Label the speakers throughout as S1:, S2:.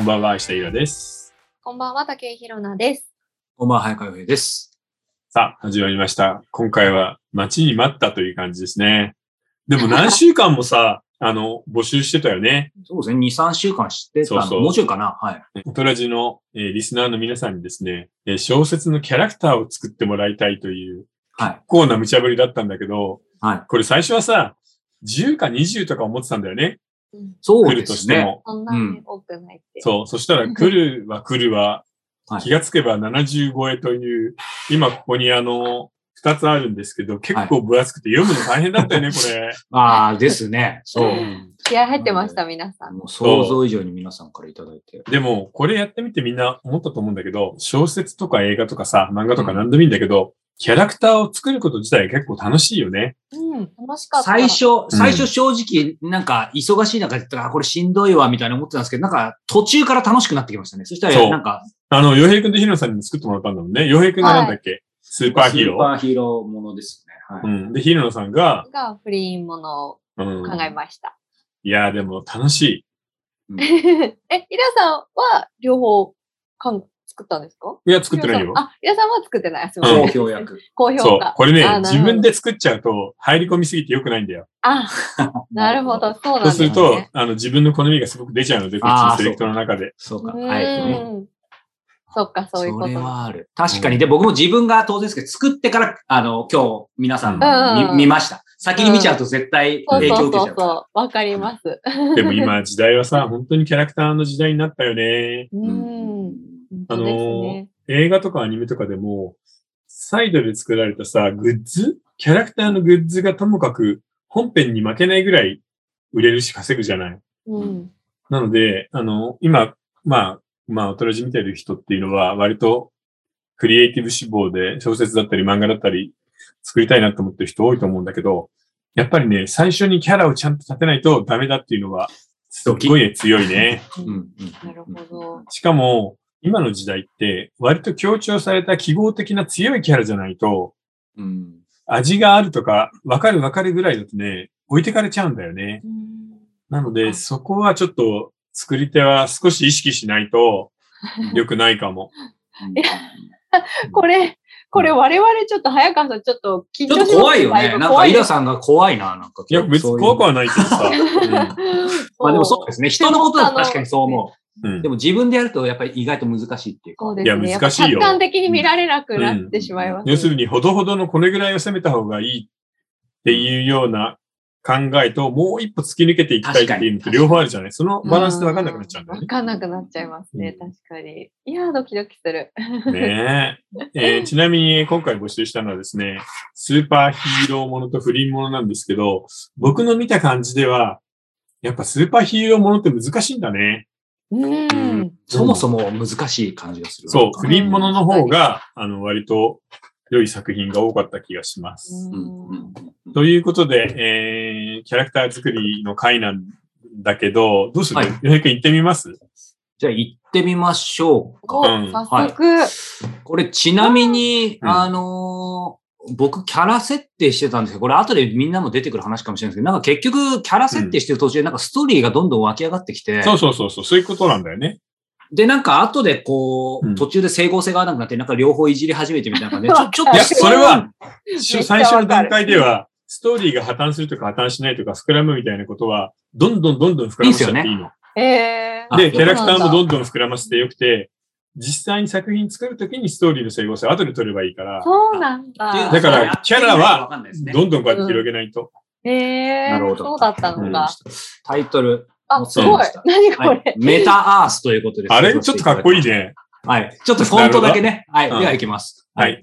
S1: んばんは、下ゆらです。
S2: こんばんは、竹井ひろなです。
S3: こんばんは、早川洋平です。
S1: さあ、始まりました。今回は待ちに待ったという感じですね。で も何週間もさ、あの、募集してたよね。
S3: そうですね、2、3週間知ってたの、
S1: そうそう
S3: もうちょいかな。はい。
S1: オトラジの、えーリスナーの皆さんにですね、えー小説のキャラクターを作ってもらいたいという、
S3: はい。
S1: こうな無茶ぶりだったんだけど、
S3: はい。
S1: これ最初はさ、10か20とか思ってたんだよね。
S2: うん、
S3: そう
S1: 来る
S3: で
S1: とし
S3: す
S1: て
S3: ね。
S1: も。
S2: そんなに多くないって。
S1: そう。そしたら来るは来るは
S3: は、い
S1: 気がつけば70超えという、今ここにあの、2つあるんですけど、結構分厚くて読むの大変だったよね、これ。
S3: ああ、ですね。そう。
S2: 気合入ってました、皆さん。
S3: もう想像以上に皆さんからいただいて。
S1: でも、これやってみてみんな思ったと思うんだけど、小説とか映画とかさ、漫画とか何でもいいんだけど、キャラクターを作ること自体結構楽しいよね。
S2: うん、楽しかった。
S3: 最初、最初正直、なんか、忙しい中で言ったら、あこれしんどいわ、みたいな思ってたんですけど、なんか、途中から楽しくなってきましたね。そした
S1: そう
S3: ら、なんか、
S1: あの、洋平くんとヒロさんにも作ってもらったんだもんね。洋平くんがなんだっけ、スーパーヒー
S3: スーパ
S1: ロ
S3: ーヒーローものですね。
S1: ー。
S3: はい。
S1: うん。で、ヒロさんが、
S2: がフリーものを
S1: うん。
S2: 考えました。
S1: いやー、でも楽しい。
S2: え、イラさんは両方かん作ったんですか
S1: いや、作ってない
S2: イラ
S1: よ
S2: さん。あ、イラさんは作ってない。すみません。
S3: 好評役。
S2: 高評価。
S1: そう。これね
S2: あ、
S1: 自分。で作っちゃうと入り込みすぎて良くないんだよ。
S2: なるほどあ、 なるほ。ど。そ
S1: そ
S2: うなん
S1: う
S2: です
S1: す
S2: ね。
S1: ると、あの、自分の好みがすごく出ちゃうので、こっち
S3: あ
S1: の
S3: ー
S1: セレクトの中で。
S3: そうか。
S2: う
S3: あえてね。
S2: ーん。そっか、そういうこと
S3: れ
S2: だ。
S3: はある。確かに。で、僕も自分が当然ですけど、作ってから、あの、今日、皆さん
S2: うん
S3: も見見ました。先に見ちゃうと絶対
S2: そう
S3: 影響
S2: そう
S3: 受け
S2: そ
S3: ちゃ
S2: う
S3: うから。
S2: そう。わかります。
S1: でも今、時代は さ、本当にキャラクターの時代になったよね。
S2: う。
S3: うん
S2: 本
S1: あ
S2: 当
S1: のー
S2: ですね。
S1: 映画とかアニメとかでも、サイドで作られたさ、グッズキャラクターのグッズがともかく本編に負けないぐらい売れるし稼ぐじゃない。
S2: うん。
S1: なので、あの、今、まあ、まあ、オトラジ見てる人っていうのは、割と、クリエイティブ志望で、小説だったり漫画だったり、作りたいなと思ってる人多いと思うんだけど、やっぱりね、最初にキャラをちゃんと立てないとダメだっていうのは、すっごいね強いね。
S3: うんうん
S2: なるほど。
S1: しかも、今の時代って、割と強調された記号的な強いキャラじゃないと、
S3: うん
S1: 味があるとか、わかるわかるぐらいだとね、置いてかれちゃうんだよね。
S2: うん
S1: なの
S2: は
S1: で、
S2: い
S1: そこはちょっと、作り手は少し意識しない と、良くないかも。
S3: うん
S2: これ、これ我々ちょっと早川さんちょっと緊
S3: ち
S2: 張し
S3: ょ
S2: ま
S3: っ
S2: す
S3: と怖いよね。なんか、
S2: い
S3: イラさんが怖いな、なんか。
S1: いや、別に怖く
S3: い。
S1: はないけど さ。
S3: まあでもそうですね。人のことだと確かにそう思
S1: うんう
S3: う。
S1: ん
S3: でも自分でやるとやっぱり意外と難しいっていうか。
S2: そうですね。
S1: いや難しいよ
S2: やっぱ客観的に見られなくなってしまいます、
S1: 要するに、ほどほどのこれぐらいを攻めた方がいいっていうような考えと、もう一歩突き抜けていきたいっていうのと両方あるじゃないそのバランスで分かんなくなっちゃうんだよ
S2: わかんなくなっちゃいますね。確かに。いやー、ドキドキする。
S1: ね。ねえ。えーちなみに、今回募集したのはですね、スーパーヒーローものと不倫ものなんですけど、僕の見た感じでは、やっぱスーパーヒーローものって難しいんだね。
S2: うん。
S3: そもそも難しい感じがする。
S1: そう、
S3: なんか
S1: 不倫ものの方が、あの、割と良い作品が多かった気がします。
S3: うんうんうん
S1: ということで、えー、キャラクター作りの回なんだけど、どうする
S3: はい
S1: 洋平くん行ってみます
S3: じゃあ行ってみましょうか
S2: お、。
S1: うん
S2: 早速。
S3: これちなみに、
S1: うん
S3: あのー僕キャラ設定してたんですけど、これ後でみんなも出てくる話かもしれないですけど、なんか結局キャラ設定してる途中でなんかストーリーがどんどん湧き上がってきて、
S1: そうそうそうそう、そういうことなんだよね。
S3: でなんか後でこ
S1: う
S3: う、
S1: ん
S3: 途中で整合性が合わなくなって、なんか両方いじり始めてみたいな感じで、ち
S2: わ
S3: ょ
S2: か
S3: ちょ
S2: る
S3: っと。
S1: いやそれは、
S2: めっちゃ
S1: 最初の段階では、ストーリーが破綻するとか破綻しないとか、スクラムみたいなことは、どんどんどんどん膨らませちゃっていいの。
S2: えー。
S3: い
S1: で
S3: いん
S1: キ
S3: すよね
S1: ャラクターもどんどん膨らませてよくて、実際に作品作るときにストーリーの整合性を後で取ればいいから、
S2: そうなんだ。
S3: っていうの
S1: だ
S3: が
S1: から
S3: やってみ
S1: キャラ
S3: ないと
S1: は
S3: わかんないですね
S1: どんどんこうやって広げないと。
S2: えー。
S3: なるほど
S2: そうだったのか。
S3: タイトル、
S2: あ、すごい
S3: そう。
S2: 何これ。
S3: はい、メタアースということです。
S1: あれちょっとかっこいい
S3: ね。
S1: ね。
S3: はい。ちょっとフォントだけね。はい。で
S1: うん
S3: は行きます。
S1: はい。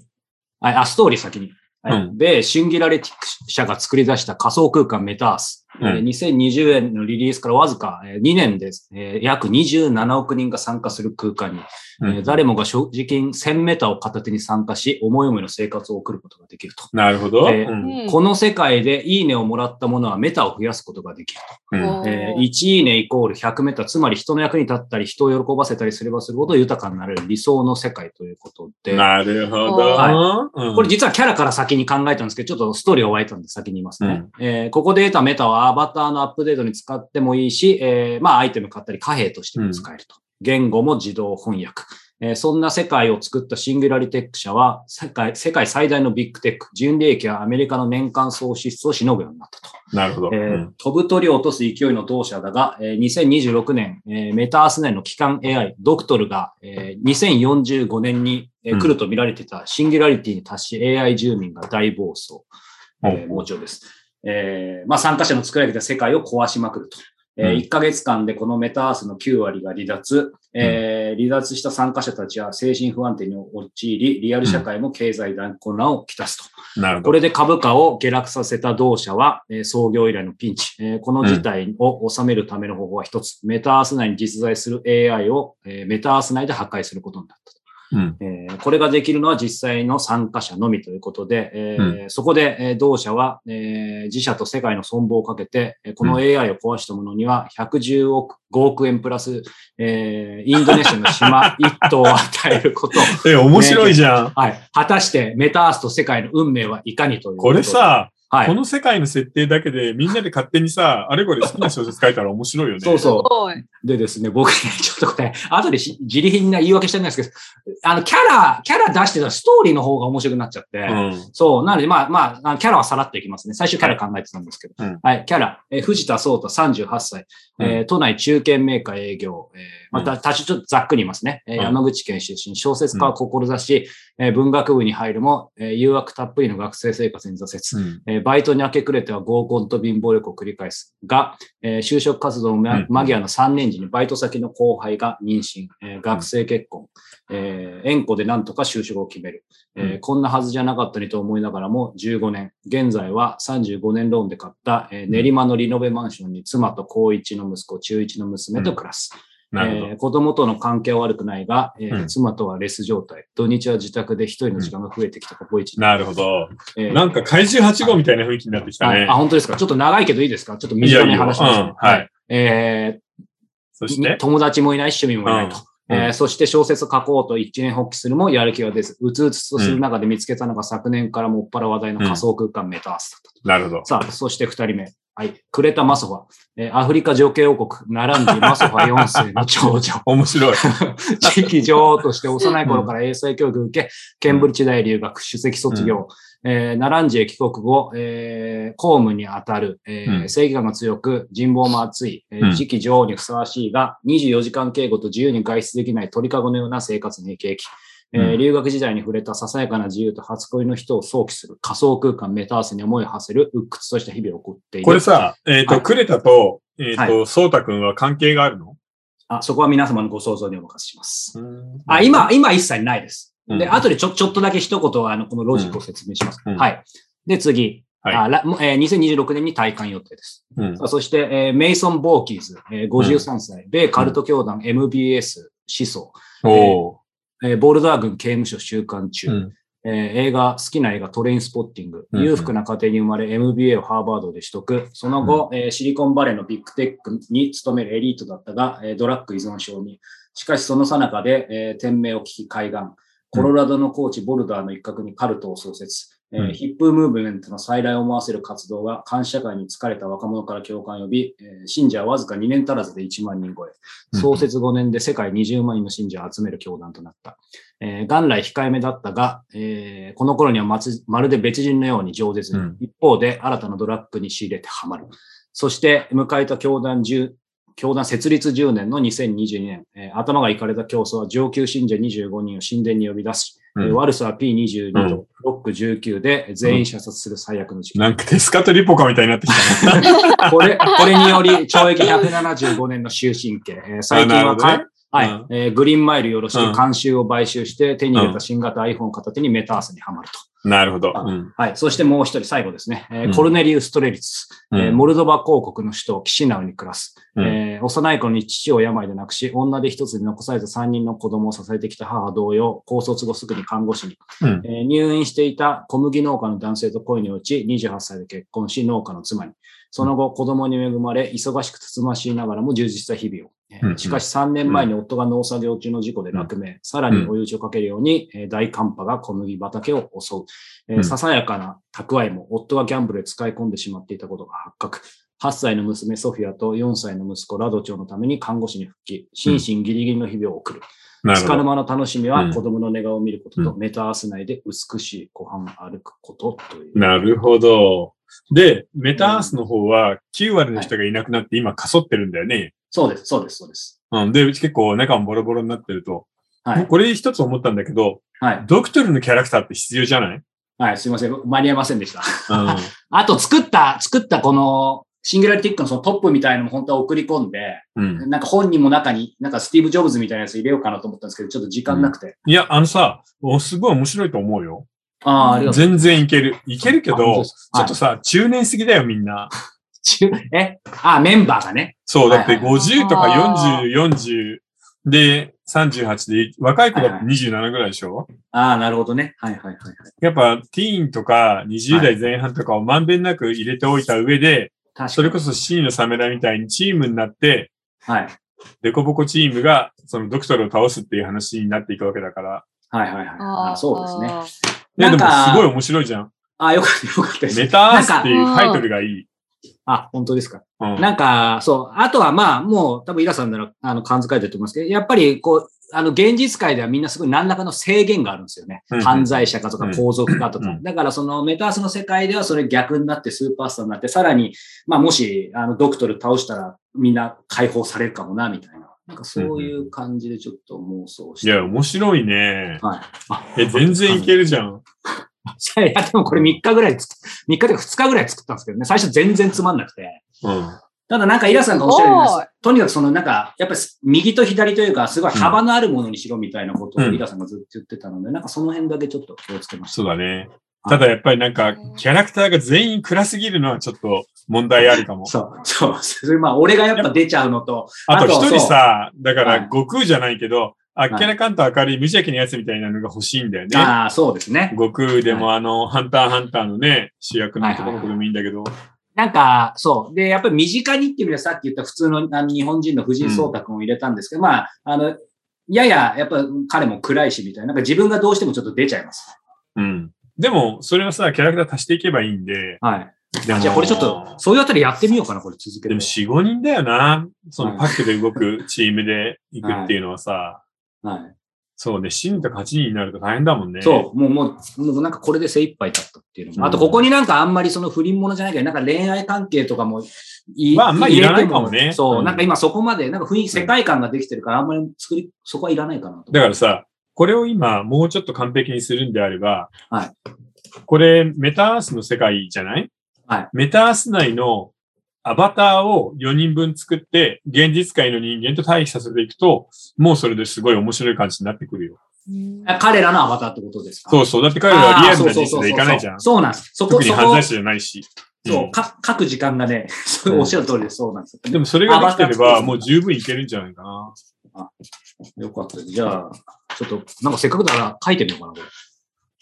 S3: はい。あ、ストーリー先に。はい
S1: うん
S3: で、シンギュラリティク社が作り出した仮想空間メタアース。
S1: うん
S3: えー2020年のリリースからわずかえー2年です、えー約27億人が参加する空間に、えー
S1: うん
S3: 誰もが正直に1000メーターを片手に参加し、思い思いの生活を送ることができると。
S1: なるほど。
S3: えー
S1: うん
S2: うん
S3: この世界でいいねをもらったものはメタを増やすことができる
S1: うん
S2: お
S3: と。えー1いいねイコール100メーター、つまり人の役に立ったり、人を喜ばせたりすればするほど豊かになれる理想の世界ということで。
S1: なるほど。
S3: は
S1: うん
S3: これ実はキャラから先に考えたんですけど、ちょっとストーリーを終えたんで先に言いますね。えーここで得たメタはアバターのアップデートに使ってもいいし、えーまあアイテム買ったり貨幣としても使えると。言語も自動翻訳。えーそんな世界を作ったシングラリテック社は世界、世界最大のビッグテック、純利益はアメリカの年間総支出をしのぐようになったと。
S1: なるほど。
S3: えー飛ぶ鳥を落とす勢いの同社だが、えー2026年、えーメタアース内の機関 AI、ドクトルが、えー2045年に、えー
S1: うん
S3: 来ると見られてたシンギュラリティに達し、AI 住民が大暴走、
S1: うん
S3: えー、もちろんです。えーまあ、参加者の作られた世界を壊しまくると。え
S1: うん
S3: 1ヶ月間でこのメタアースの9割が離脱、えー離脱した参加者たちは精神不安定に陥り、リアル社会も経済断混乱をきたすと。
S1: なるほ
S3: こ
S1: ど。
S3: れで株価を下落させた同社は、えー創業以来のピンチ。えーこの事態を収めるための方法は一つ。メタアース内に実在する AI を、えーメタアース内で破壊することになったと。
S1: うん。
S3: えーこれができるのは実際の参加者のみということで、えーそこで、えー同社は、えー自社と世界の存亡をかけて、えーこの
S1: う
S3: AI を壊したものには110億、5億円プラス、えーインドネシアの 島1島を与えること。
S1: え、面白いじゃん。
S3: はい。果たしてメタアースと世界の運命はいかにというと
S1: これ、さ、
S3: はい、
S1: この世界の設定だけでみんなで勝手にさ、あれこれ好きな小説書いたら面白いよね。
S3: そう
S2: す
S3: そう。
S2: ごい。
S3: でですね、僕ね、ちょっとこれ、後でし自利品な言い訳したんですけど、あの、キャラ、キャラ出してたらストーリーの方が面白くなっちゃって、
S1: うん。
S3: そう、なので、まあまああの、キャラはさらっていきますね。最初キャラ考えてたんですけど、
S1: うん
S3: はい、キャラ、えー藤田聡太38歳、えー都内中堅メーカー営業、えーまた、多種ちょっとざっくり言いますね、え
S1: う
S3: ー
S1: ん
S3: 山口県出身、小説家は志し、えー文学部に入るも、えー誘惑たっぷりの学生生活に挫折。
S1: うん。
S3: えーバイトに明け暮れては合コンと貧乏力を繰り返すが、えー就職活動
S1: う
S3: 間
S1: ん
S3: 間際の3年時にバイト先の後輩が妊娠、えー学生結婚、えー縁故でなんとか就職を決める、えー
S1: うん
S3: こんなはずじゃなかったにと思いながらも15年、現在は35年ローンで買った、えー練馬のリノベマンションに妻と高1の息子、中1の娘と暮らす。
S1: なるほ
S3: え
S1: ど。
S3: ー子供との関係は悪くないが、えー
S1: うん
S3: 妻とはレス状態。土日は自宅で一人の時間が増えてきたここ1年。
S1: なるほど。
S3: えー
S1: なんか怪獣8号みたいな雰囲気になってきた
S3: はい
S1: ね
S3: あ、。本当ですか。ちょっと長いけどいいですかちょっと短めに話します、
S1: いいよいいようんはい。
S3: え
S1: そし
S3: ー、
S1: て、
S3: 友達もいないし、趣味もいないと。
S1: うん
S3: えーそして小説書こうと一年発起するもやる気が出ず、うつうつとする中で見つけたのが昨年からもっぱら話題の仮想空間メタアースだったと。
S1: なるほど。
S3: さあ、そして二人目。はい。クレタ・マソファ。えーアフリカ情景王国、ナランディ・マ ソファ4世の長女。
S1: 面白い。
S3: 地域女王として幼い頃から英才教育を受け、ケンブリッジ大留学、首席卒業、えーナランジへ帰国後、えー公務に当たる、えー
S1: うん
S3: 正義感が強く、人望も厚い、えー
S1: うん
S3: 次期女王にふさわしいが、24時間警護と自由に外出できない鳥かごのような生活に景気。
S1: うん
S3: えー留学時代に触れたささやかな自由と初恋の人を想起する仮想空間メタースに思いを馳せる鬱屈とした日々を送っている。
S1: これさ、えっ
S3: は
S1: と、
S3: い
S1: クレタと、えっ
S3: は
S1: と、ソータくんは関係があるの
S3: あ、そこは皆様のご想像にお任せします。あ、、今、今一切ないです。で、
S1: うん
S3: 後でちょ、ちょっとだけ一言、あの、このロジックを説明します。
S1: うん
S3: はい。で、次。
S1: はい
S3: あらもえー2026年に退官予定です。
S1: うん
S3: さあそして、えーメイソン・ボーキーズ、えー53歳、米カルト教団 MBS 思想、
S1: お
S3: えーボルダー軍刑務所収監中、
S1: ーうん
S3: えー映画、好きな映画トレインスポッティング、
S1: うん
S3: 裕福な家庭に生まれ MBA をハーバードで取得、その後、えーシリコンバレーのビッグテックに勤めるエリートだったが、えードラッグ依存症に。しかしその最中で、えー店名を聞き海岸、コロラドのコーチボルダーの一角にカルトを創設、えー
S1: うん
S3: ヒップムーブメントの再来を思わせる活動が感謝会に疲れた若者から共感を呼び、えー信者はわずか2年足らずで1万人超え、
S1: うん
S3: 創設5年で世界20万人の信者を集める教団となった。えー元来控えめだったが、えーこの頃にはまつまるで別人のように饒舌に、
S1: うん
S3: 一方で新たなドラッグに仕入れてハマる。そして迎えた教団10教団設立10年の2022年、えー頭がいかれた教祖は上級信者25人を神殿に呼び出し、
S1: う
S3: えー
S1: ん
S3: ワルサー P22
S1: うん
S3: とロック19で全員射殺する最悪の事件。
S1: なんかテスカとリポカみたいになってきたね。
S3: これ、これにより懲役175年の終身刑。えー 最近
S1: あなる
S3: は
S1: ほどね
S3: か、はい
S1: うん
S3: えーグリーンマイルよろし
S1: う
S3: く
S1: ん
S3: 監修を買収して手に入
S1: う
S3: れた
S1: ん
S3: 新型 iPhone を片手にメタアースにはまると。
S1: なるほど。
S3: あ
S1: うん
S3: はい。そしてもう一人、最後ですね。えー
S1: うん
S3: コルネリウス・トレリツ、
S1: うん
S3: えーモルドバ公国の首都、キシナウに暮らす、
S1: うん
S3: えー幼い頃に父を病で亡くし、女で一つに残された3人の子供を支えてきた母同様、高卒後すぐに看護師に、
S1: うん
S3: えー入院していた小麦農家の男性と恋に落ち、28歳で結婚し、農家の妻に。その後、子供に恵まれ、忙しくつつましいながらも充実した日々を。えー
S1: うんうん
S3: しかし3年前に夫が農作業中の事故で落命、さらに追い打ちをかけるように、えー大寒波が小麦畑を襲う。えー
S1: うん
S3: ささやかな蓄えも夫がギャンブルで使い込んでしまっていたことが発覚。 8歳の娘ソフィアと4歳の息子ラド長のために看護師に復帰、心身ギリギリの日々を送る。
S1: なる
S3: つ
S1: ほ
S3: かの
S1: ど。
S3: 間の楽しみ
S1: う
S3: は
S1: ん
S3: 子供の寝顔を見ることと、
S1: う
S3: メタアース内で美しい湖畔を歩くことという。
S1: なるほど。で、メタアースの方は9割の人がいなくなって今かそってるんだよね。
S3: そうです、そうです、そうです。
S1: うん、で、結構中もボロボロになってると。
S3: はい。
S1: これ一つ思ったんだけど、
S3: はい。
S1: ドクトルのキャラクターって必要じゃない
S3: はい、すいません。間に合いませんでした。
S1: うん。
S3: あと作った、作ったこの、シンギュラリティックのそのトップみたいのも本当は送り込んで、
S1: うん。
S3: なんか本人も中に、なんかスティーブ・ジョブズみたいなやつ入れようかなと思ったんですけど、ちょっと時間なくて。
S1: いや、あのさ、おすごい面白いと思うよ。
S3: ああ、ありがとう
S1: 全然いける。いけるけ
S3: あ本当
S1: ど、
S3: で
S1: ち
S3: すか
S1: ょっとさ、中年すぎだよ、みんな。
S3: ございます。中 えああ、メンバーがね。
S1: そう、だって
S3: はい
S1: 50と
S2: あ
S1: か40、40で38で、若い子だって27ぐらいでしょ、
S3: ああ、なるほどね。はいはいはいはい。
S1: やっぱティーンとか20代前半とかをまんべんなく入れておいた上で、
S3: 確かに。
S1: それこそ C のサメラみたいにチームになって、
S3: はい。
S1: デコボコチームがそのドクトルを倒すっていう話になっていくわけだから。
S3: はいはいはい。ああそうですね。
S2: すね。
S1: いや、で
S3: なん
S1: も
S3: か
S1: すごい面白いじゃん。
S3: ああ、よかったよかったです。
S1: メタアースってい
S2: な
S1: うん
S2: か
S1: タイトルがいい。
S3: あ、本当ですか。
S1: うん。
S3: なんか、そう。あとはまあ、もう、多分イラさんなら、あの、感づかれてると思いますけど、やっぱり、こう、あの、現実界ではみんなすごい何らかの制限があるんですよね。
S1: うん
S3: 犯罪者かとか
S1: うん
S3: 皇族かとか。
S1: うん
S3: だから、そのメタースの世界ではそれ逆になってスーパースターになって、さらに、まあ、もし、あの、ドクトル倒したらみんな解放されるかもな、みたいな。なんかそういう感じでちょっと妄想し
S1: い
S3: て。
S1: や、面白いね。
S3: はい。 あ、
S1: え、全然いけるじゃん。
S3: いや、でもこれ3日ぐらい作っ、3日というか2日ぐらい作ったんですけどね、最初全然つまんなくて。
S1: うん。
S3: ただなんかイラさんがおっしゃるように
S2: すごい
S3: とにかくそのなんか、やっぱり右と左というか、すごい幅のあるものにしろみたいなことを
S1: うん
S3: イラさんがずっと言ってたので、なんかその辺だけちょっと気をつけまし
S1: そうだね。ただやっぱりなんか、キャラクターが全員暗すぎるのはちょっと問題あるかも
S3: た。。そう、そう、それまあ俺がやっぱ出ちゃうのと、
S1: あと
S3: あと
S1: 一人さ、だか
S3: は
S1: ら
S3: い
S1: 悟空じゃないけど、あ
S3: い
S1: っけなかんと明るい無邪気なやつみたいなのが欲しいんだよね。
S3: ああ、そうですね。
S1: 悟空でもあの、ハンターハンターのね、主役の男の子でもいいんだけど。
S3: なんか、そう。で、やっぱり身近にっていうのはさっき言った普通のあの日本人の藤井聡太君を入れたんですけど、まあ、あの、やや、やっぱ彼も暗いしみたいな、なんか自分がどうしてもちょっと出ちゃいます。
S1: うん。でも、それをさ、キャラクター足していけばいいんで。
S3: はい。
S1: でも
S3: じゃあこれちょっと、そういうあたりやってみようかな、これ続
S1: で
S3: けて
S1: も。4、5人だよな。そのパックで動くチームで行くっていうのはさ、
S3: はい。
S1: そうね、7人とか8人になると大変だもんね。
S3: そう、もう、もう、もうなんかこれで精一杯だったっていうのも、
S1: うん
S3: あと、ここになんかあんまりその不倫ものじゃないけど、なんか恋愛関係とかもい
S1: まああんまりいらないかもね
S3: 入れてそう、
S1: うん
S3: なんか今そこまで、なんか雰囲気、世界観ができてるから、あんまり作り、そこはいらないかなと。
S1: だからさ、これを今、もうちょっと完璧にするんであれば、
S3: はい
S1: これ、メタアースの世界じゃない
S3: はい
S1: メタアース内のアバターを4人分作って、現実界の人間と対比させていくと、もうそれですごい面白い感じになってくるよ。
S3: あ彼らのアバターってことですか
S1: そうそう。だって彼らはリアルな人生でいかないじゃん
S3: あー。そうそうそうそうそうなんです。そこ、
S1: 特に
S3: そ
S1: 犯
S3: こ
S1: 罪、者じゃないし。
S3: そう、
S1: う
S3: か書く時間がね、 そう
S1: うん
S3: おっしゃる通りです。そうなんです。
S1: んでもそれができてれ
S3: アバター作
S1: ば、
S3: る
S1: もう十分いけるんじゃないかな。
S3: よかったです。じゃあ、ちょっと、なんかせっかくだから書いてみようかな、こ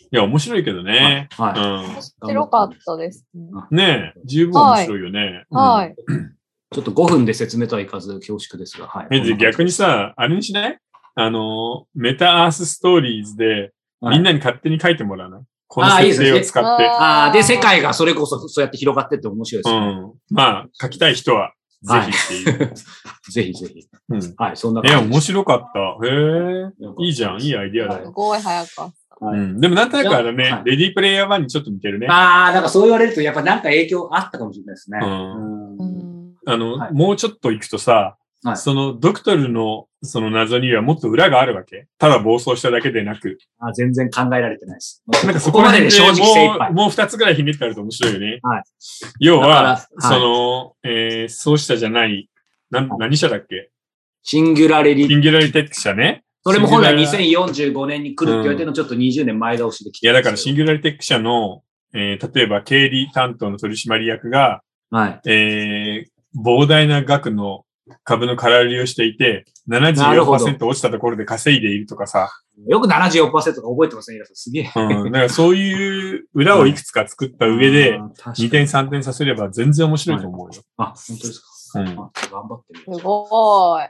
S1: いや、面白いけど
S3: れ。
S1: ね。
S3: はい。はい
S1: うん。
S2: 面白かったですね。
S1: ねえ、十分面白いよね。。
S2: はいい。
S3: ちょっと5分で説明とはいかず恐縮ですが、はい。
S1: えじゃあ逆にさ、あれにしないあの、メタアースストーリーズで、
S3: はい
S1: みんなに勝手に書いてもらわない、この
S3: あーいいで
S1: 設
S3: すね
S1: 定を使って。
S3: ああ、で、世界がそれこそそうやって広がってって面白いで
S1: う
S3: すね。
S1: ん。まあ、書きたい人は、ぜひっていう。
S3: ぜひぜひ。
S1: うん。
S3: はい、そんない
S1: や、
S3: 感じ
S1: 面白かった。へえ。いいじゃん。いい
S3: ん。
S1: アイディアだ
S2: す
S1: よ。
S2: ごい早かっ
S3: は
S1: う
S3: い
S1: ん。でもなんとなくあのね、
S3: はい
S1: レディープレイヤー1にちょっと似てるね。
S3: ああ、なんかそう言われると、やっぱなんか影響あったかもしれないですね。
S1: うん
S2: た。
S3: う
S2: うんん
S1: あの、
S3: はい
S1: もうちょっと行くとさ、
S3: はい
S1: そのドクトルのその謎にはもっと裏があるわけ。ただ暴走しただけでなく。
S3: あー全然考えられてないです。
S1: なんかそこ
S3: ここま
S1: ま
S3: で
S1: でで
S3: で正直精一
S1: もう
S3: 杯。
S1: もう二つぐらいひねってあると面白いよね。
S3: はい
S1: 要は、
S3: だからはい
S1: その、えー、創始者じゃない、なん
S3: はい
S1: 何社だっけ
S3: シンギュラリテ
S1: シ
S3: ィ。
S1: ンギュラリテック社ね。
S3: それも本来
S1: シンギ
S3: 2045年に来るって言われてるのちょっと20年前倒しで来
S1: い
S3: て
S1: や、
S3: るん
S1: だ
S3: です
S1: からシ
S3: よ
S1: ンギュラリテック社の、えー、例えば経理担当の取締役が、
S3: はい。
S1: えー、膨大な額の株の空売りをしていて、
S3: なるほど
S1: 74%落ちたところで稼いでいるとかさ、
S3: よく74%が覚えてますね、イラさん。すげえ。
S1: うん、なんかそういう裏をいくつか作った上 で
S3: あ、ー、確かに
S1: 2点3点させれば全然面白いと思うよ。
S3: あ、本当ですか。
S1: うん
S3: あ頑張ってみよう
S2: すごい。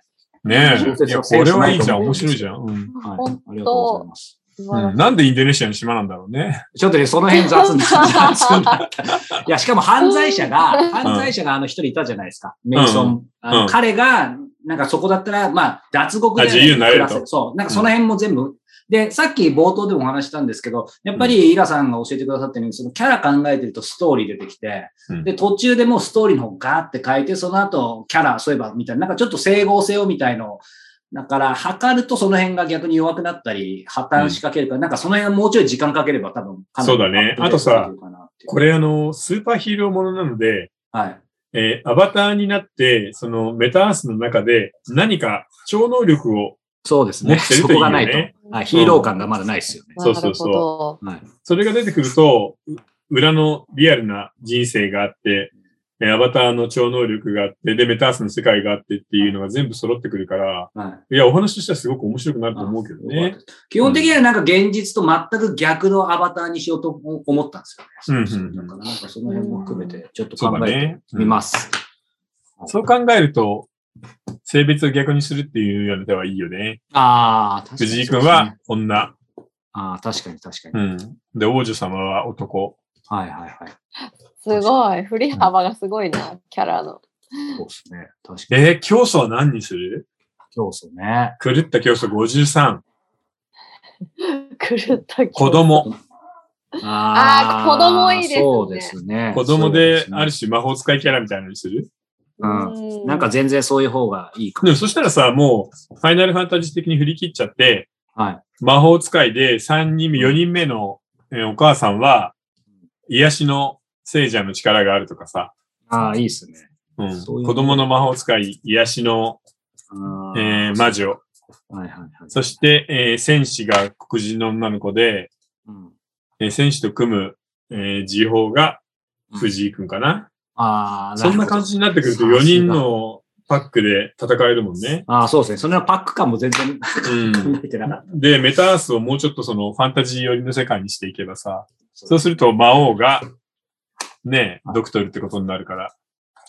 S1: ね
S3: 小
S1: え。い
S3: 説
S1: や、
S3: は
S1: こ
S3: セン
S1: れ
S3: スな
S1: はい
S3: い
S1: い
S3: と
S1: じゃん。
S3: 思う
S1: 面白いじゃん。うん。
S3: はい
S2: 本
S3: ありがとうござい
S2: 当、
S3: ます。
S2: 素晴ら
S1: う
S2: し
S1: ん
S2: い
S1: なんでインドネシアの島なんだろうね。
S3: ちょっとね、その辺雑に なった。雑になった。いや、しかも犯罪者が、犯罪者があの一人いたじゃないですか。メイソン。あ
S1: うん
S3: の彼が、なんかそこだったら、まあ、脱獄で
S1: あ自由になれると
S3: 暮らせそう。なんかその辺も全部。で、さっき冒頭でもお話ししたんですけど、やっぱりイラさんが教えてくださったように、そのキャラ考えてるとストーリー出てきて、
S1: うん
S3: で、途中でもうストーリーの方ガーって書いて、その後キャラ、そういえばみたいな、なんかちょっと整合性をみたいのを、だから、測るとその辺が逆に弱くなったり、破綻しかけるから、なんかその辺はもうちょい時間かければ多分かなり
S1: そうだね
S3: アップデートされるかなっていう
S1: これあの、スーパーヒーローものなので、
S3: はい。
S1: えーアバターになって、そのメタアースの中で何か超能力を、
S3: そうです
S1: 持
S3: ね。
S1: ってる
S3: そ
S1: といい
S3: こ
S1: よ
S3: が
S1: ね
S3: ないと。はい、ヒーロー感がまだないですよね。
S1: いそうそうそう
S2: なるほ
S3: はい。
S1: それが出てくると、う裏のリアルな人生があって、えーアバターの超能力があって、で、メタアースの世界があってっていうのが全部揃ってくるから、
S3: はい。
S1: いや、お話としてはすごく面白くなると思うけどね。
S3: 基本的にはなんか現実と全く逆のアバターにしようと思ったんですよ
S1: う
S3: ね。
S1: んうんう
S3: だ
S1: ん
S3: からなんかその辺も含めてちょっと
S1: そう
S3: 考
S1: だ
S3: えて
S1: ね。
S3: みます。
S1: うんそう考えると、性別を逆にするっていうような手はいいよね。
S3: ああ、確かに
S1: 藤井君は女。
S3: ああ、確かに確かに。
S1: うん。で、王女様は男。
S3: はいはいはい。
S2: ど。すごい。振り幅がすごいな、キャラの。
S3: そうですね。確かに。
S1: えー、教祖は何にする
S3: 競争ね。
S1: 狂った教祖53。
S2: 狂った
S1: 子。供。
S2: あー子供いいですね
S3: そうですね。
S1: 子供で、あ
S3: る
S1: る種魔法使いキャラみたいなのにする
S2: う
S3: うん、なんか、全然そういう方がいいか
S1: で
S3: も。
S1: もそしたらさ、もう、ファイナルファンタジー的に振り切っちゃって、
S3: はい。
S1: 魔法使いで3人目、4人目の、えーお母さんは、癒しの聖者の力があるとかさ、
S3: ああ、いいですね。
S1: うん、
S3: そういう
S1: 子供の魔法使い、癒しの、
S3: あ
S1: えー
S3: ー
S1: 魔。女、
S3: はいはいはい。
S1: そして、えー戦士が黒人の女の子で、
S3: うん
S1: えー戦士と組む、えー、時報が藤井くんかな。
S3: ああ、
S1: そんな感
S3: じ。
S1: じになってくると4人のパックで戦えるもんね。
S3: ああ、そうですね。それはパック感も全然
S1: うん
S3: 考。えてなかった。
S1: で、メタアースをもうちょっとそのファンタジー寄りの世界にしていけばさ、そうすると魔王が、ね、ドクトルってことになるから、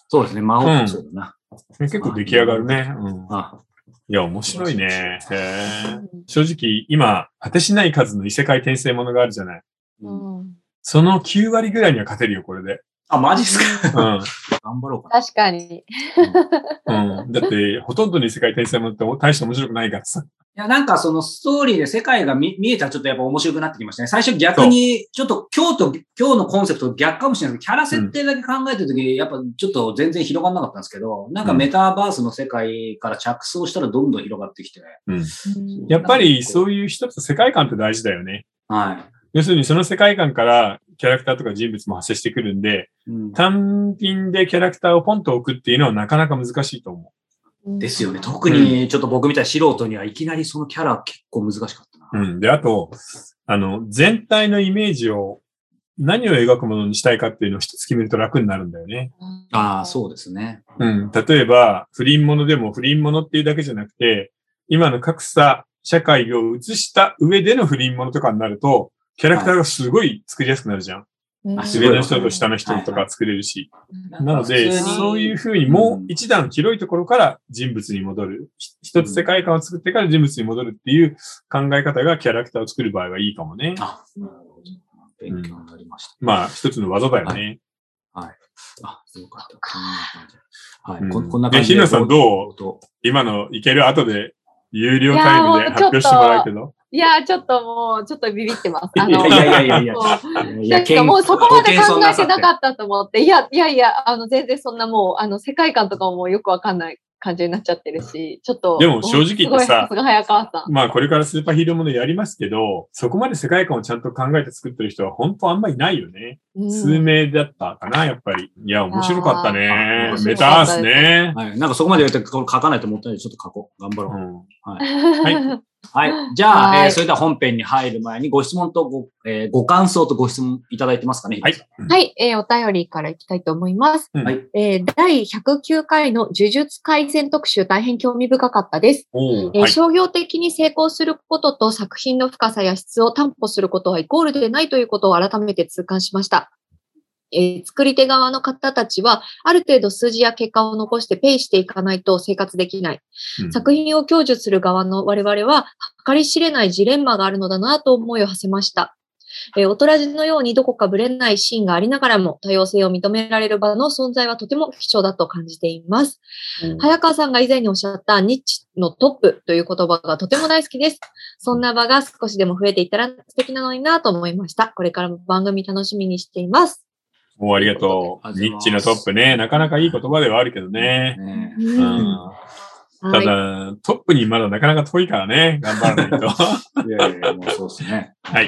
S3: そうですね。魔
S1: うん
S3: 法そうだな。
S1: 結構出来上がるね。うん。
S3: あ
S1: いや、面白いね。へ
S2: う
S1: ー
S2: ん
S1: 正直、今、果てしない数の異世界転生ものがあるじゃない。
S3: うん
S2: うん
S1: その9割ぐらいには勝てるよ、これで。
S3: あ、マジっすか。
S1: うん。
S3: 頑張ろうか
S2: 確かに。
S3: な。うんい
S1: うん。だって、ほとんどの異世界転生ものって大して面白くないからさ。
S3: や、なんかそのストーリーで世界が見見えたらちょっとやっぱ面白くなってきましたね。最初逆に、ちょっと今日と、今日のコンセプトと逆かもしれないですけど、キャラ設定だけ考えてるとき、やっぱちょっと全然広がんなかったんですけど、なんかメタバースの世界から着想したらどんどん広がってきて、
S2: うん
S1: やっぱり、そういう一つ世界観って大事だよね。
S3: は
S1: 要するに、その世界観からキャラクターとか人物も発生してくるんで、
S3: い。うん
S1: 単品でキャラクターをポンと置くっていうのはなかなか難しいと思
S3: ですよね。特にちょっと僕みたいな素人にはいきなりそのキャラ結構難しかったな。
S1: う。うん。で、あと、あの、全体のイメージを何を描くものにしたいかっていうのを一つ決めると楽になるんだよね。
S3: ああ、そうですね。
S1: うん。例えば、不倫ものでも不倫ものっていうだけじゃなくて、今の格差、社会を映した上での不倫ものとかになると、キャラクターがすごい作りやすくなるじゃん。
S2: うん。
S3: あすごい
S1: 上の人と下の人とか作れるし。なので、
S3: 普通に
S1: そういうふうにもう一段広いところから人物に戻る。ひ一つ世界観を作ってから人物に戻るっていう考え方がキャラクターを作る場合はいいかもね。
S3: あ、なるほど。勉強になりました。
S1: まあ、一つの技だよね。
S3: あ、よかった。こんな感じ。はい、
S1: うん
S3: こんこんな感じ
S1: え日村さんど
S3: うど
S1: 今のいける後で、有料タイム
S2: い
S1: で
S2: やー
S1: 発表してもらうけど。
S2: いやー、ちょっともう、ちょっとビビってます。あ
S3: いや
S2: の、
S3: いやいやいやいや
S2: そう
S3: い
S2: なんかもうそこまで考えてなか
S3: っ
S2: ったと思って、いや、いやいや、あの、全然そんなもう、あの、世界観とかもよくわかんない感じになっちゃってるし、ちょっと。
S1: でも正直言ってさ
S2: すごい さすが早川さん。
S1: まあ、これからスーパーヒーローものやりますけど、そこまで世界観をちゃんと考えて作ってる人は本当あんまりいないよね。
S2: うん
S1: 数名だったかな、やっぱり。いや、面白かった
S3: あー
S1: ね
S3: 面。
S1: メ
S2: 白
S1: タ
S2: か
S1: アー
S2: った
S1: ス
S2: です
S1: ね
S3: た。。はい、なんかそこまで言うとこれ書かないと思ったので、ちょっと書こう。頑張ろ
S1: う
S3: う。
S1: ん。
S2: は
S3: はい。じゃあ、
S2: はい
S3: えーそれでは本編に入る前に、ご質問とご、えーご感想とご質問いただいてますかね。
S1: はい
S3: 日村
S2: い、 はい、えーお便りからいきたいと思います。
S1: うん
S3: はい
S2: えー第109回の呪術改善特集、大変興味深かったです。
S1: お
S2: え
S1: ー
S2: ー
S1: はい。
S2: 商業的に成功することと作品の深さや質を担保することはイコールでないということを改めて痛感しました。えー作り手側の方たちは、ある程度数字や結果を残してペイしていかないと生活できない。
S1: うん
S2: 作品を享受する側の我々は、計り知れないジレンマがあるのだなと思いを馳せました。えー、おとらじのようにどこかぶれないシーンがありながらも、多様性を認められる場の存在はとても貴重だと感じています。早川さんが以前におっしゃったニッチのトップという言葉がとても大好きです。そんな場が少しでも増えていったら素敵なのになと思いました。これからも番組楽しみにしています。
S1: おありがとう。ニッチのトップね。なかなかいい言葉ではあるけどね。
S3: ね
S2: う
S1: うんんた
S2: はい、
S1: だ、トップにまだなかなか遠いからね。頑張らないと。はい
S3: やいやいや、もうそうですね。
S1: い。
S2: は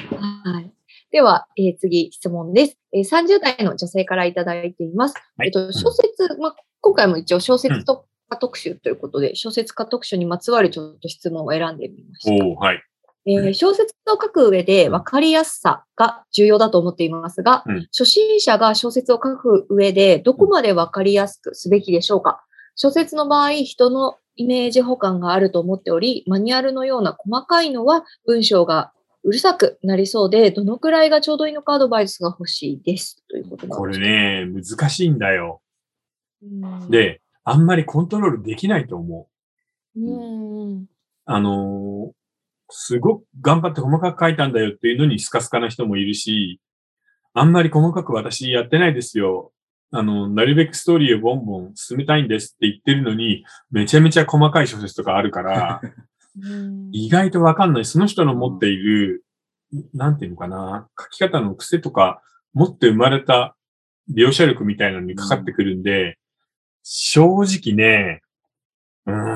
S2: いでは、えー次質問です、えー30代の女性からいただいています。
S1: はい
S2: えっと、小説、まあ、今回も一応小説とか特集ということで、小説家特集にまつわるちょっと質問を選んでみました。
S1: おーはい。
S2: えー小説を書く上で分かりやすさが重要だと思っていますが、
S1: うん
S2: 初心者が小説を書く上でどこまで分かりやすくすべきでしょうか小説の場合、人のイメージ補完があると思っており、マニュアルのような細かいのは文章がうるさくなりそうで、どのくらいがちょうどいいのかアドバイスが欲しいです。ということなんです
S1: これ。ね、難しいんだよ。
S2: うん、
S1: で、あんまりコントロールできないと思う。
S2: うん。
S1: あのーすごく頑張って細かく書いたんだよっていうのにスカスカな人もいるし、あんまり細かく私やってないですよ。あの、なるべくストーリーをボンボン進めたいんですって言ってるのに、めちゃめちゃ細かい小説とかあるから、
S2: うん
S1: 意外とわかんない。その人の持っている、なんていうのかな、書き方の癖とか、持って生まれた描写力みたいなのにかかってくるんで、正直ね、うーん、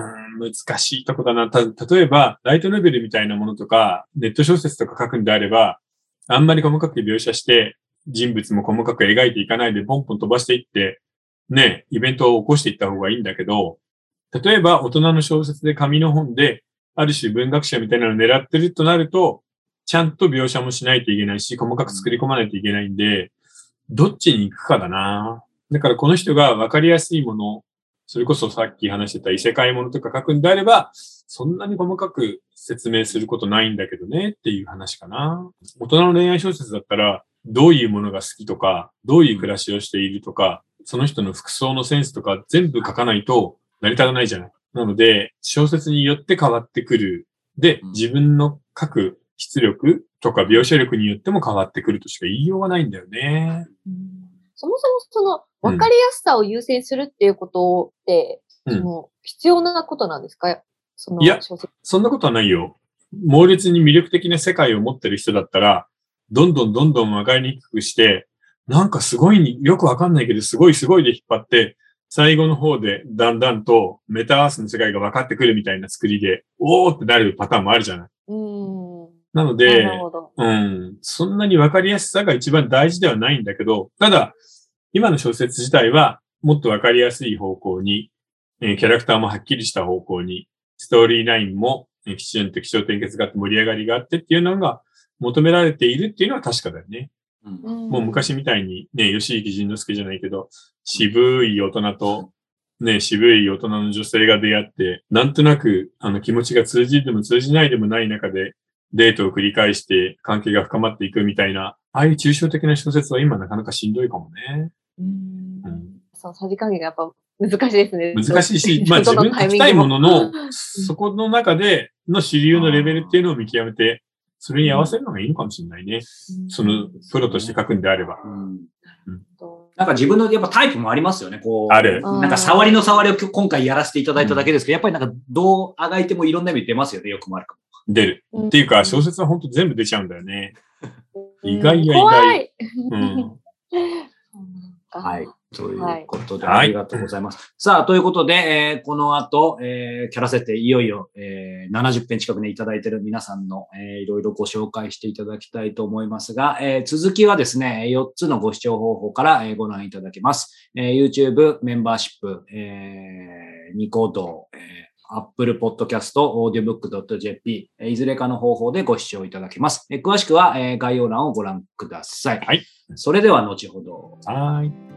S1: 難しいとこだな。た、例えば、ライトノベルみたいなものとか、ネット小説とか書くんであれば、あんまり細かく描写して、人物も細かく描いていかないで、ポンポン飛ばしていって、ね、イベントを起こしていった方がいいんだけど、例えば、大人の小説で紙の本で、ある種文学者みたいなのを狙ってるとなると、ちゃんと描写もしないといけないし、細かく作り込まないといけないんで、どっちに行くかだな。だからこの人が分かりやすいもの、それこそさっき話してた異世界ものとか書くんであれば、そんなに細かく説明することないんだけどねっていう話かな。大人の恋愛小説だったら、どういうものが好きとか、どういう暮らしをしているとか、その人の服装のセンスとか全部書かないと成り立たないじゃない。なので、小説によって変わってくる。で
S3: う、ん
S1: 自分の書く出力とか描写力によっても変わってくるとしか言いようがないんだよね。
S2: そもそもその分かりやすさを優先するっていうことって、
S1: うん
S2: その必要なことなんですかその
S1: いや
S2: 小説
S1: そんなことはないよ。猛烈に魅力的な世界を持ってる人だったら、どんどんどんどん分かりにくくして、なんかすごいによくわかんないけど、すごいすごいで引っ張って、最後の方でだんだんとメタアースの世界が分かってくるみたいな作りで、おーってなるパターンもあるじゃない。
S2: うん。
S1: なの
S2: な
S1: で、
S2: るほど。
S1: うん、そんなに分かりやすさが一番大事ではないんだけど、ただ、今の小説自体はもっと分かりやすい方向に、えーキャラクターもはっきりした方向に、ストーリーラインも、えーきちんと気象点結があって盛り上がりがあってっていうのが求められているっていうのは確かだよね。
S3: うん
S2: も
S1: もう昔みたいにね、吉行仁之助じゃないけど、渋い大人と、ね、渋い大人の女性が出会って、なんとなく、あの気持ちが通じても通じないでもない中で、デートを繰り返して関係が深まっていくみたいな、ああいう抽象的な小説は今なかなかしんどいかもね。
S2: うん
S1: うん
S2: そのさじ加減がやっぱ難しいですね。、
S1: 難しいし まあ
S2: ど
S1: 自
S2: の
S1: 分が
S2: タイ
S1: 書き
S2: ミング
S1: たいものの、そこの中での主流のレベルっていうのを見極めて、それに合わせるのがいいのかもしれないね。その、プロとして書くんであれば。
S3: うん
S2: うん
S3: なんか自分のやっぱタイプもありますよね、こう。
S1: ある
S3: なんか触りの触りを今日今回やらせていただいただけですけど、やっぱりなんかどうあがいてもいろんな意味出ますよね、よくもあるかも。
S1: 出る。
S2: うん
S1: っていうか、小説は本当全部出ちゃうんだよね。意外や意外
S2: 怖い。
S1: うん。
S3: はい。ということで、
S1: はい
S3: ありがとうございます。さあ、ということで、えーこの後、えーキャラ設定、いよいよ、えー70編近くね、いただいている皆さんの、えーいろいろご紹介していただきたいと思いますが、えー続きはですね、4つのご視聴方法から、えーご覧いただけます。えー YouTube、メンバーシップ、えーニコ動、えー Apple Podcast、audiobook.jp、えーいずれかの方法でご視聴いただけます。えー詳しくは、えー概要欄をご覧ください。
S1: はい。
S3: それでは後ほど。
S1: はい。